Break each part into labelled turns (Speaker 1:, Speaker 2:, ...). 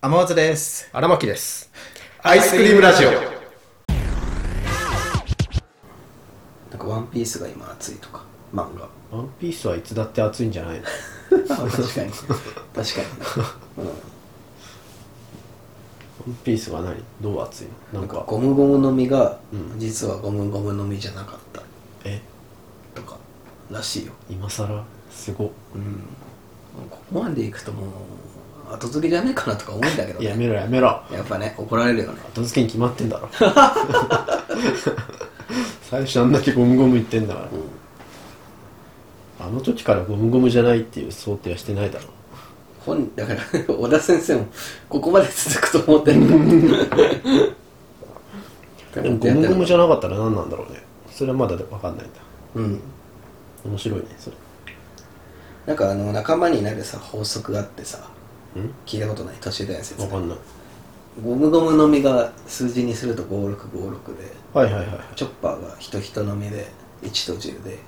Speaker 1: 天松です
Speaker 2: 荒牧です。
Speaker 1: アイスクリームラジオ
Speaker 3: なんかワンピースが今熱いとか漫画
Speaker 2: ワンピースはいつだって熱いんじゃないの
Speaker 3: 確かに確かに、
Speaker 2: ワンピースは何どう熱い
Speaker 3: う、
Speaker 2: のなんん
Speaker 3: なんか
Speaker 2: か、
Speaker 3: ゴムゴムの実が、
Speaker 2: うん
Speaker 3: 実はゴムゴムの実じゃなかった
Speaker 2: え、
Speaker 3: とからしいよ、
Speaker 2: 今更すごっ。
Speaker 3: うん、ここまでいくともう後付けじゃねえかなとか思うんだけど、ね、
Speaker 2: やめろやめろ。
Speaker 3: やっぱね怒られるよね
Speaker 2: 後付けに決まってん だろ。最初あんだけゴムゴム言ってんだから。あの時からゴムゴムじゃないっていう想定はしてないだろ。
Speaker 3: 本だから 小田先生もここまで続くと思ってるんだ
Speaker 2: でもゴムゴムじ
Speaker 3: ゃ
Speaker 2: ゃなかったら何なんだろうね。それはまだわかんないんだ。
Speaker 3: うん
Speaker 2: 面白いね、それ。
Speaker 3: なんかあの仲間になるさ法則があってさ
Speaker 2: ん
Speaker 3: 聞いたことない都市伝説
Speaker 2: わかんない。
Speaker 3: ゴムゴムの実が数字にすると5656で
Speaker 2: はいはいはい。
Speaker 3: チョッパーが人人の実で1と10で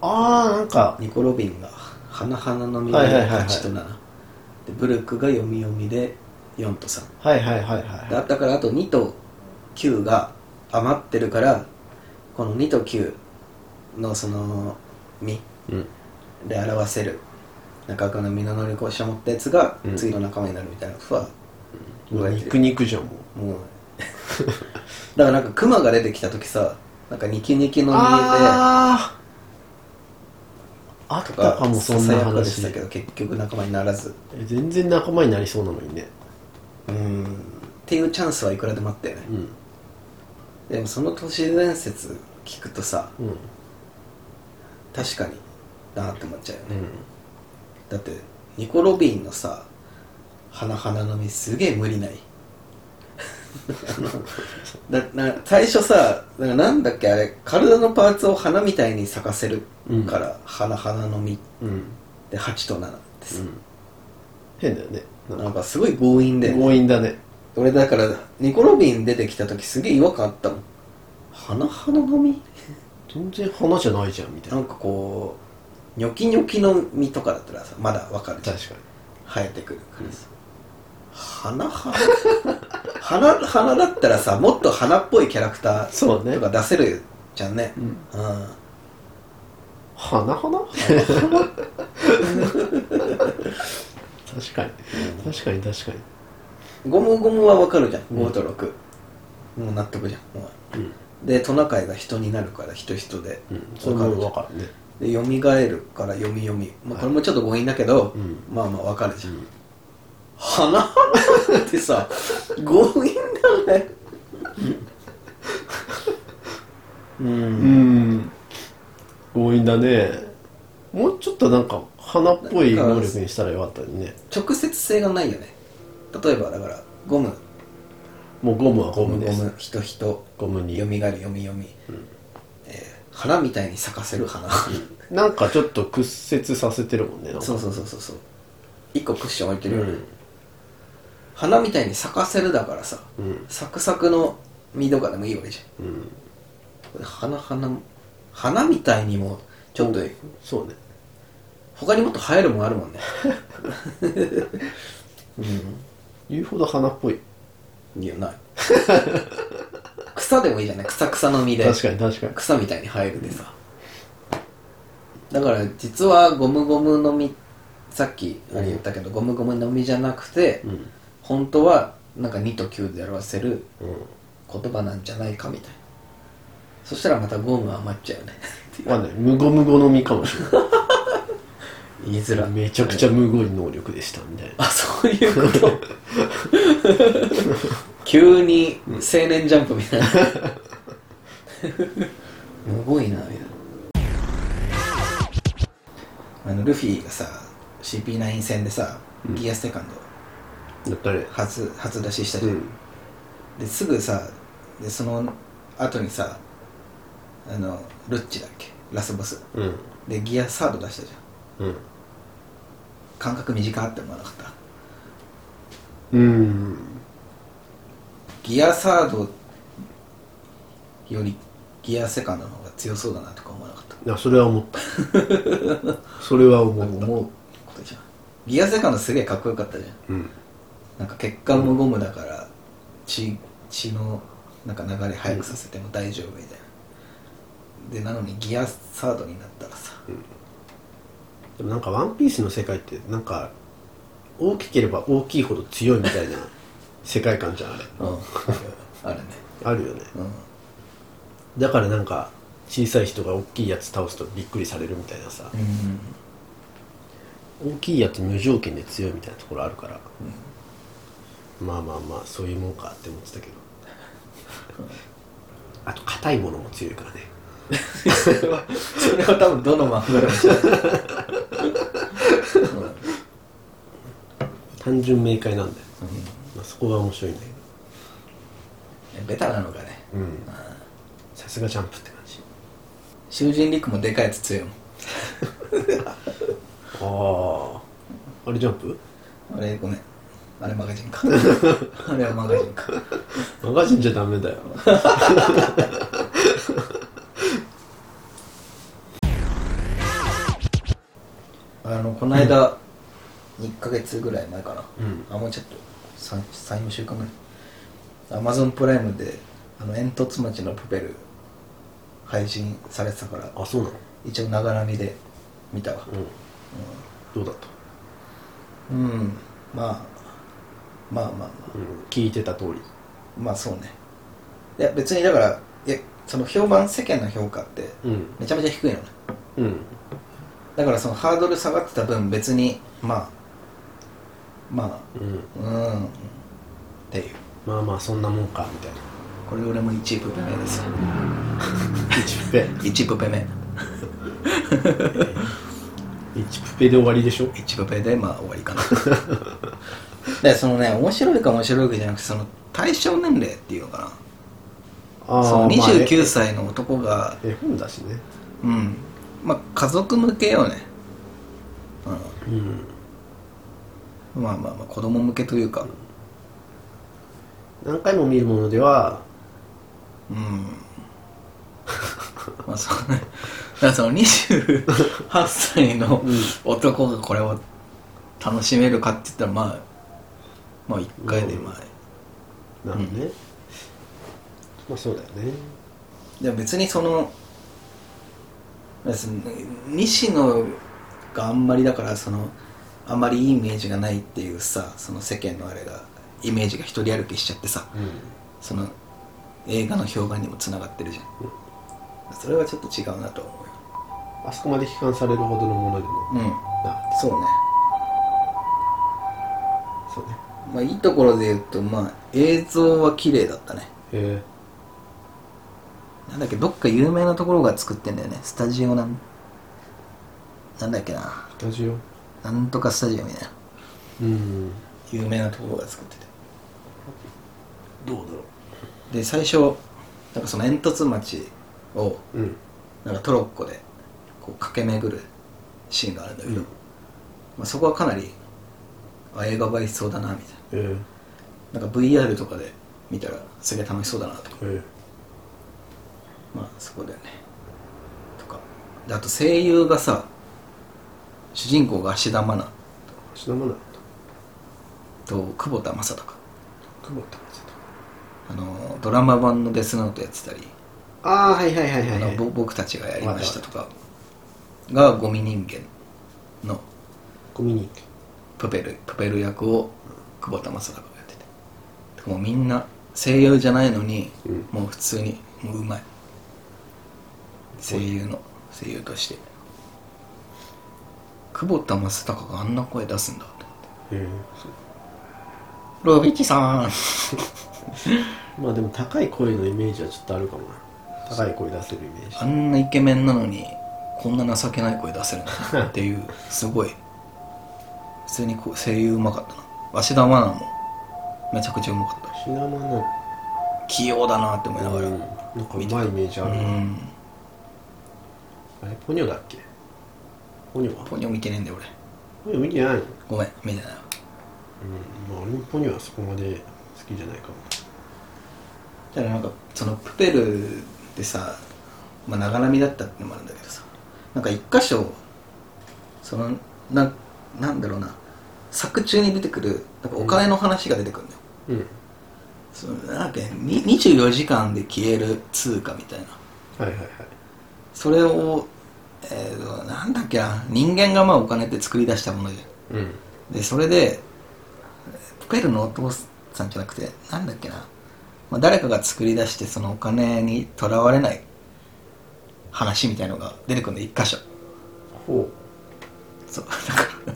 Speaker 2: あー、なんか、
Speaker 3: ニコ・ロビンが花花の実で
Speaker 2: はいはいはいはい
Speaker 3: 8と7、でブルックが読み読みで4と3
Speaker 2: はいはいはいはい。
Speaker 3: だだからあと2と9が余ってるからこの2と9のその実
Speaker 2: うん。
Speaker 3: で表せる中岡の実の能力を持ったやつが
Speaker 2: うん
Speaker 3: 次の仲間になるみたいなふわ
Speaker 2: もう肉肉じゃん、もう。
Speaker 3: もう だからなんかクマが出てきた時さなんかニキニキの見
Speaker 2: あああっ
Speaker 3: えでと
Speaker 2: たか
Speaker 3: か
Speaker 2: もそんな
Speaker 3: ささやかでし
Speaker 2: 話
Speaker 3: たけど結局仲間にならず
Speaker 2: 全然仲間になりそうなのにね
Speaker 3: うんっていうチャンスはいくらでもあったよね
Speaker 2: うん
Speaker 3: でもその都市伝説聞くとさ
Speaker 2: うん
Speaker 3: 確かになって思っちゃうよね
Speaker 2: う
Speaker 3: だ
Speaker 2: ん
Speaker 3: ってニコ・ロビンのさ花花の実すげえ無理ない あのだな最初さなんかなんだっけあれ体のパーツを花みたいに咲かせるから、花花の実
Speaker 2: うん、
Speaker 3: で8と7です、
Speaker 2: 変だよねなん
Speaker 3: なん
Speaker 2: か
Speaker 3: かすごい強引で
Speaker 2: 強引だね
Speaker 3: 俺だからニコ・ロビン出てきた時すげえ違和感あったもん花花の実
Speaker 2: 全然花じゃないじゃんみたい
Speaker 3: な
Speaker 2: なん
Speaker 3: かこうニョキニョキの実とかだったらさまだわかるじゃん
Speaker 2: 確か
Speaker 3: 生えてくるからさ、花花花 花だったらさもっと花っぽいキャラクタ
Speaker 2: に
Speaker 3: ー
Speaker 2: そうね
Speaker 3: とか出せるじゃんね
Speaker 2: うん
Speaker 3: うん、
Speaker 2: 花 花確かに確かに確かに
Speaker 3: ゴムゴムはわかるじゃん
Speaker 2: うん
Speaker 3: 5と6、もう納得じゃんも
Speaker 2: うん
Speaker 3: うでトナカイが人になるから人人で
Speaker 2: うんそれも分かるね
Speaker 3: でよみがえるから読み読み、まあ、これもちょっと強引だけど、
Speaker 2: うん
Speaker 3: まあまあわかるじゃん、
Speaker 2: うん
Speaker 3: 花花ってさ強引だねうん
Speaker 2: うん強引だねもうちょっとなんか花っぽい能力にしたらよかったのにね
Speaker 3: 直接性がないよね例えばだからゴム
Speaker 2: もうゴムはゴムで
Speaker 3: ゴ
Speaker 2: す
Speaker 3: ム人人
Speaker 2: ゴムに
Speaker 3: 読みがえる読み読み、えー花みたいに咲かせる花
Speaker 2: なんかちょっと屈折させてるもんねなんか
Speaker 3: そうそうそうそうそう一個クッション置いてるよね、
Speaker 2: ん
Speaker 3: 花みたいに咲かせるだからさ、
Speaker 2: うん
Speaker 3: サクサクの実とかでもいいわけじ
Speaker 2: うん
Speaker 3: ゃんこれ花花花みたいにもちょっと
Speaker 2: そうね
Speaker 3: 他にもっと生えるもんあるもん ね
Speaker 2: 言うほど花っぽい
Speaker 3: いやない草でもいいじゃない草草の実で
Speaker 2: 確かに確かに
Speaker 3: 草みたいに生えるでさだから実はゴムゴムの実さっきあれ言ったけど、ゴムゴムの実じゃなくて、
Speaker 2: うん
Speaker 3: 本当はなんか2と9で表せる
Speaker 2: うん
Speaker 3: 言葉なんじゃないかみたいなそしたらまたゴム余っちゃうよね
Speaker 2: まあね無言無語の実かもし れ
Speaker 3: 言 いづ
Speaker 2: な
Speaker 3: ら
Speaker 2: いめちゃくちゃ無言能力でしたみたいな
Speaker 3: あそういうこと 急に青年ジャンプみたいなすごいなみたいなあのルフィがさ CP9 戦でさギアセカンド
Speaker 2: だったね
Speaker 3: 初初出ししたじ
Speaker 2: う
Speaker 3: ゃん、
Speaker 2: ん
Speaker 3: ですぐさでその後にさあのルッチだっけラスボス
Speaker 2: うん
Speaker 3: でギアサード出したじゃん
Speaker 2: うん
Speaker 3: 間隔短って思わなかった
Speaker 2: うん
Speaker 3: ギアサードよりギアセカンドの方が強そうだなとか思わなかった
Speaker 2: いやそれは思った それは思った
Speaker 3: 思うことじゃんギアセカンドすげえかっこよかったじゃん
Speaker 2: うん
Speaker 3: なんか血管もゴムだから血血のなんか流れ早くさせても大丈夫みたいな、でなのにギアサードになったらさ、
Speaker 2: でもなんか「ワンピースの世界ってなんか大きければ大きいほど強いみたいな世界観じゃんあれ
Speaker 3: うん、あるね
Speaker 2: あるよね
Speaker 3: うん
Speaker 2: だからなんか小さい人が大きいやつ倒すとびっくりされるみたいなさ
Speaker 3: うん
Speaker 2: 大きいやつ無条件で強いみたいなところあるから、まあまあまあそういうもんかって思ってたけど あと硬いものも強いからね
Speaker 3: それはそれは多分どの漫画でもそう
Speaker 2: 単純明快なんだよ、
Speaker 3: うん
Speaker 2: まあ、そこが面白いんだけど
Speaker 3: ベタなのがね
Speaker 2: うんさすがジャンプって感じ
Speaker 3: 囚人陸もでかいやつ強いもん
Speaker 2: あああれジャンプ
Speaker 3: あれごめんあれマガジン かあれはマガジンか
Speaker 2: マガジンじゃダメだよ
Speaker 3: あのこの間、1ヶ月ぐらい前かな、
Speaker 2: うん
Speaker 3: あもうちょっと34週間ぐらいアマゾンプライムであの煙突町のプペル配信されてたから
Speaker 2: あそうなの
Speaker 3: 一応ながらみで見たわ
Speaker 2: うんどうだった
Speaker 3: うん、まあまあまあまあ
Speaker 2: うん聞いてた通り
Speaker 3: まあそうねいや別にだからいやその評判世間の評価って
Speaker 2: うん
Speaker 3: めちゃめちゃ低いのね
Speaker 2: うん
Speaker 3: だからそのハードル下がってた分別にまあまあ
Speaker 2: うん
Speaker 3: うーんっていう
Speaker 2: まあまあそんなもんかみたいな
Speaker 3: これ俺も1部目ですよ
Speaker 2: 一プペ
Speaker 3: 1部目
Speaker 2: 一プペで終わりでしょ
Speaker 3: 1部目でまあ終わり かなでそのね面白いか面白いかじゃなくてその対象年齢っていうのか
Speaker 2: あ
Speaker 3: なその
Speaker 2: まあ
Speaker 3: 29歳の男が
Speaker 2: 絵本だしね
Speaker 3: うんまあ家族向けよねうん
Speaker 2: うん
Speaker 3: まあまあまあ子供向けというか
Speaker 2: 何回も見るものでは
Speaker 3: うんまあそうね だからその28歳の男がこれを楽しめるかって言ったらまあまあ1回でまあ、
Speaker 2: なるほどね、まあそうだよね
Speaker 3: でも別にその別に西野があんまりだからそのあんまりいいイメージがないっていうさその世間のあれがイメージが一人歩きしちゃってさ
Speaker 2: う
Speaker 3: その映画の評判にもつながってるじゃんそれはちょっと違うなと思
Speaker 2: んあそこまで批判されるほどのもの
Speaker 3: う
Speaker 2: でも
Speaker 3: ようん
Speaker 2: なかっ
Speaker 3: そうね
Speaker 2: たそうね
Speaker 3: まあいいところで言うとまあ映像は綺麗だったね
Speaker 2: へ
Speaker 3: なんだっけどっか有名なところが作ってんだよねスタジオなんなんだっけな
Speaker 2: えスタジオ
Speaker 3: なんとかスタジオみたいな
Speaker 2: うん
Speaker 3: 有名なところが作ってて
Speaker 2: どうだろ
Speaker 3: で最初なんかその煙突町を
Speaker 2: ううん
Speaker 3: なんかトロッコでこう駆け巡るシーンがあるんだけど、
Speaker 2: うん
Speaker 3: まあ、そこはかなりあ映画映えしそうだなみたい
Speaker 2: ええ
Speaker 3: ななんか VR とかで見たらすげえ楽しそうだなとか
Speaker 2: え
Speaker 3: まあそこだよねとかであと声優がさ主人公が芦田愛菜
Speaker 2: え芦田愛菜
Speaker 3: と久保田正孝
Speaker 2: 久保田正人
Speaker 3: あのドラマ版の「デスノート」やってたり
Speaker 2: ああはいはいは
Speaker 3: 「
Speaker 2: いはい、は
Speaker 3: あの
Speaker 2: い、
Speaker 3: ぼ僕たちがやりました」とかがゴミ人間の
Speaker 2: コミュニテ
Speaker 3: プペルプペル役を久保田正孝がやっててでもうみんな声優じゃないのに、
Speaker 2: うん
Speaker 3: もう普通にもううまい声優の声優として久保田正孝があんな声出すんだと思って
Speaker 2: ィえ
Speaker 3: 「ロビッチさん!
Speaker 2: えまあでも高い声のイメージはちょっとあるかもな高い声出せるイメー」ジ
Speaker 3: あんなイケメンなのにこんな情けない声出せるんだっていうすごい普通にこう声優うまかったな芦田愛菜もめちゃくちゃうまかったし
Speaker 2: 芦田愛菜
Speaker 3: 器用だなって思いながら、
Speaker 2: うんなんかうまいイメージある、
Speaker 3: うん
Speaker 2: あれポニョだっけポニョは
Speaker 3: ポニョ見てねえんだよ俺
Speaker 2: ポニョ見てないのうん
Speaker 3: ごめん見てないわ
Speaker 2: まあ俺もポニョはそこまで好きじゃないかも
Speaker 3: ただなんかそのプペルでさまあ長波だったってのもあるんだけどさなんか一箇所そのななんだろうな作中に出てくるなんかお金の話が出てくるんだよ、
Speaker 2: うん
Speaker 3: そのなんかに24時間で消える通貨みたいな
Speaker 2: はいはいはい
Speaker 3: それを、えーと、なんだっけな人間がまあお金って作り出したものじゃん
Speaker 2: うん
Speaker 3: でそれでプペルのお父さんじゃなくてなんだっけな、まあ、誰かが作り出してそのお金にとらわれない話みたいのが出てくるんで一箇所
Speaker 2: ほ
Speaker 3: そうだから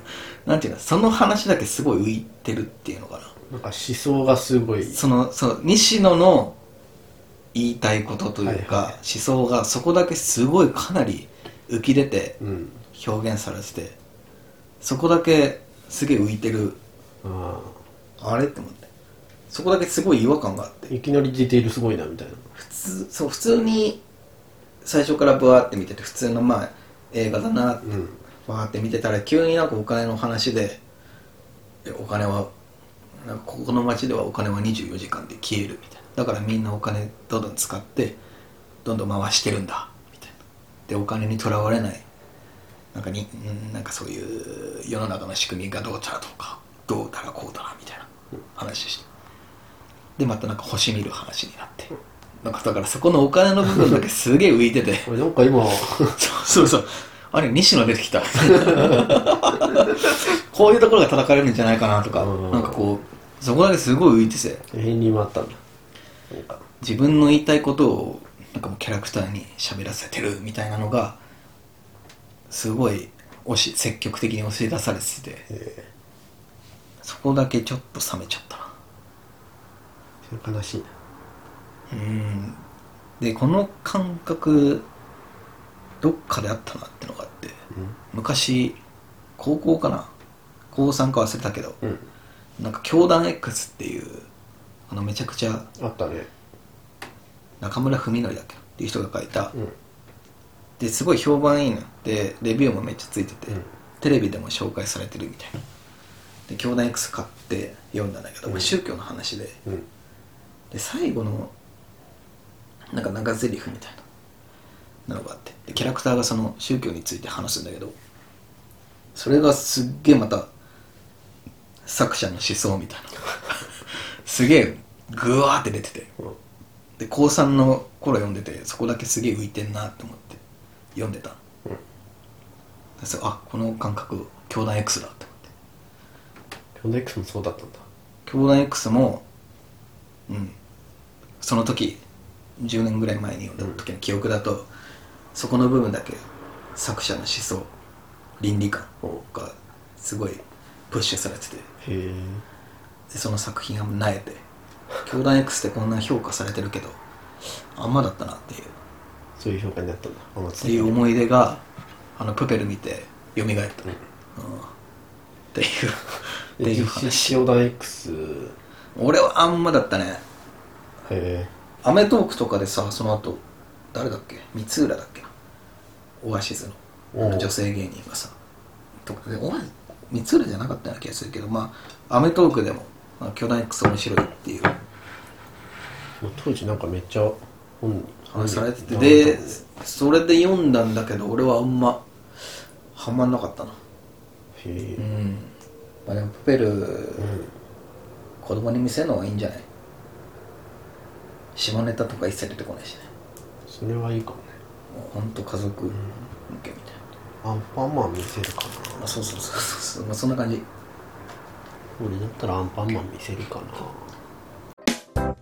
Speaker 3: なんていうのその話だけすごい浮いてるっていうのかな
Speaker 2: うなんか思想がすごい
Speaker 3: そのそう西野の言いたいことというか、
Speaker 2: はいはい
Speaker 3: 思想がそこだけすごいかなり浮き出て
Speaker 2: うん
Speaker 3: 表現されててそこだけすげえ浮いてる
Speaker 2: あ
Speaker 3: あれって思ってそこだけすごい違和感があって
Speaker 2: あいきなりディテールすごいなみたいな
Speaker 3: 普通そう普通に最初からブワーって見てて普通のまあ映画だなって
Speaker 2: うん
Speaker 3: バーって見てたら急になんかお金の話でえお金はなんかここの町ではお金は24時間で消えるみたいなだからみんなお金どんどん使ってどんどん回してるんだみたいなでお金にとらわれないなんかにうんなんかそういう世の中の仕組みがどうたらとかどうたらこうたらみたいな話してでまたなんか星見る話になってなんかだからそこのお金の部分だけすげえ浮いてて
Speaker 2: あれなんか今
Speaker 3: そうそうそう。あれ、西野出てきた。こういうところが叩かれるんじゃないかなとか、
Speaker 2: うん
Speaker 3: なんかこう、そこだけすごい浮いてて、
Speaker 2: 変に回ったんだなんか
Speaker 3: 自分の言いたいことを、なんかもうキャラクターに喋らせてるみたいなのが、すごい押し、積極的に押し出されてて、
Speaker 2: え
Speaker 3: そこだけちょっと冷めちゃったな。
Speaker 2: ーそれ悲しいな
Speaker 3: うん。で、この感覚、どっかであったなってのがあって、昔、高校かな高3か忘れたけど、
Speaker 2: うん、うん、
Speaker 3: なんか教団 X っていうあのめちゃくちゃ
Speaker 2: あったね
Speaker 3: 中村文則だっけっていう人が書いた
Speaker 2: うん
Speaker 3: ですごい評判いいのよでレビューもめっちゃついてて、
Speaker 2: うん
Speaker 3: テレビでも紹介されてるみたいなで教団 X 買って読んだんだけど、
Speaker 2: うん
Speaker 3: まあ宗教の話で
Speaker 2: うん
Speaker 3: で最後のなんか長ゼリフみたいななのがあってでキャラクターがその宗教について話すんだけどそれがすっげえまた作者の思想みたいな すげえグワーって出てて
Speaker 2: うん
Speaker 3: で高3の頃読んでてそこだけすげえ浮いてんなって思って読んでた、
Speaker 2: うん
Speaker 3: でそうあこの感覚教団 X だって思って
Speaker 2: キョンダ X もそうだったんだ
Speaker 3: 教団 X も、うん、その時10年ぐらい前に読んだ時の記憶だと、そこの部分だけ作者の思想倫理観がすごいプッシュされてて
Speaker 2: へえ
Speaker 3: でその作品がなえて教団 X ってこんな評価されてるけどあんまだったなっていう
Speaker 2: そういう評価になったんだあの
Speaker 3: っていう思い出があのプペル見て蘇った、うんっていうっていう
Speaker 2: 実
Speaker 3: 話
Speaker 2: 施塩団 X へ
Speaker 3: 俺はあんまだったね
Speaker 2: え
Speaker 3: 『アメトーーク』とかでさその後誰だっけ光浦だっけなオアシズの
Speaker 2: おう
Speaker 3: あの女性芸人がさとかでオア光浦じゃなかったような気がするけどまあ『アメトーーク』でも「まあ、巨大 X 面白い」っていう
Speaker 2: もう当時なんかめっちゃ本に
Speaker 3: 話されてて
Speaker 2: うん
Speaker 3: でそれで読んだんだけど俺はあんまハマんなかったな
Speaker 2: へえ
Speaker 3: うんまあでもプペル、
Speaker 2: うん
Speaker 3: 子供に見せるのがいいんじゃない下ネタとか一切出てこないしね
Speaker 2: それはいいかもね
Speaker 3: もうほんと家族向けみたい
Speaker 2: アンパンマン見せるかな
Speaker 3: な、まあ、そうそうそうそう、 まあ、そんな感じ
Speaker 2: 俺だったらアンパンマン見せるかな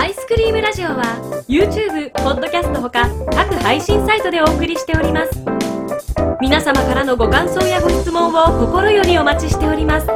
Speaker 4: アイスクリームラジオは YouTube、ポッドキャストほか各配信サイトでお送りしております皆様からのご感想やご質問を心よりお待ちしております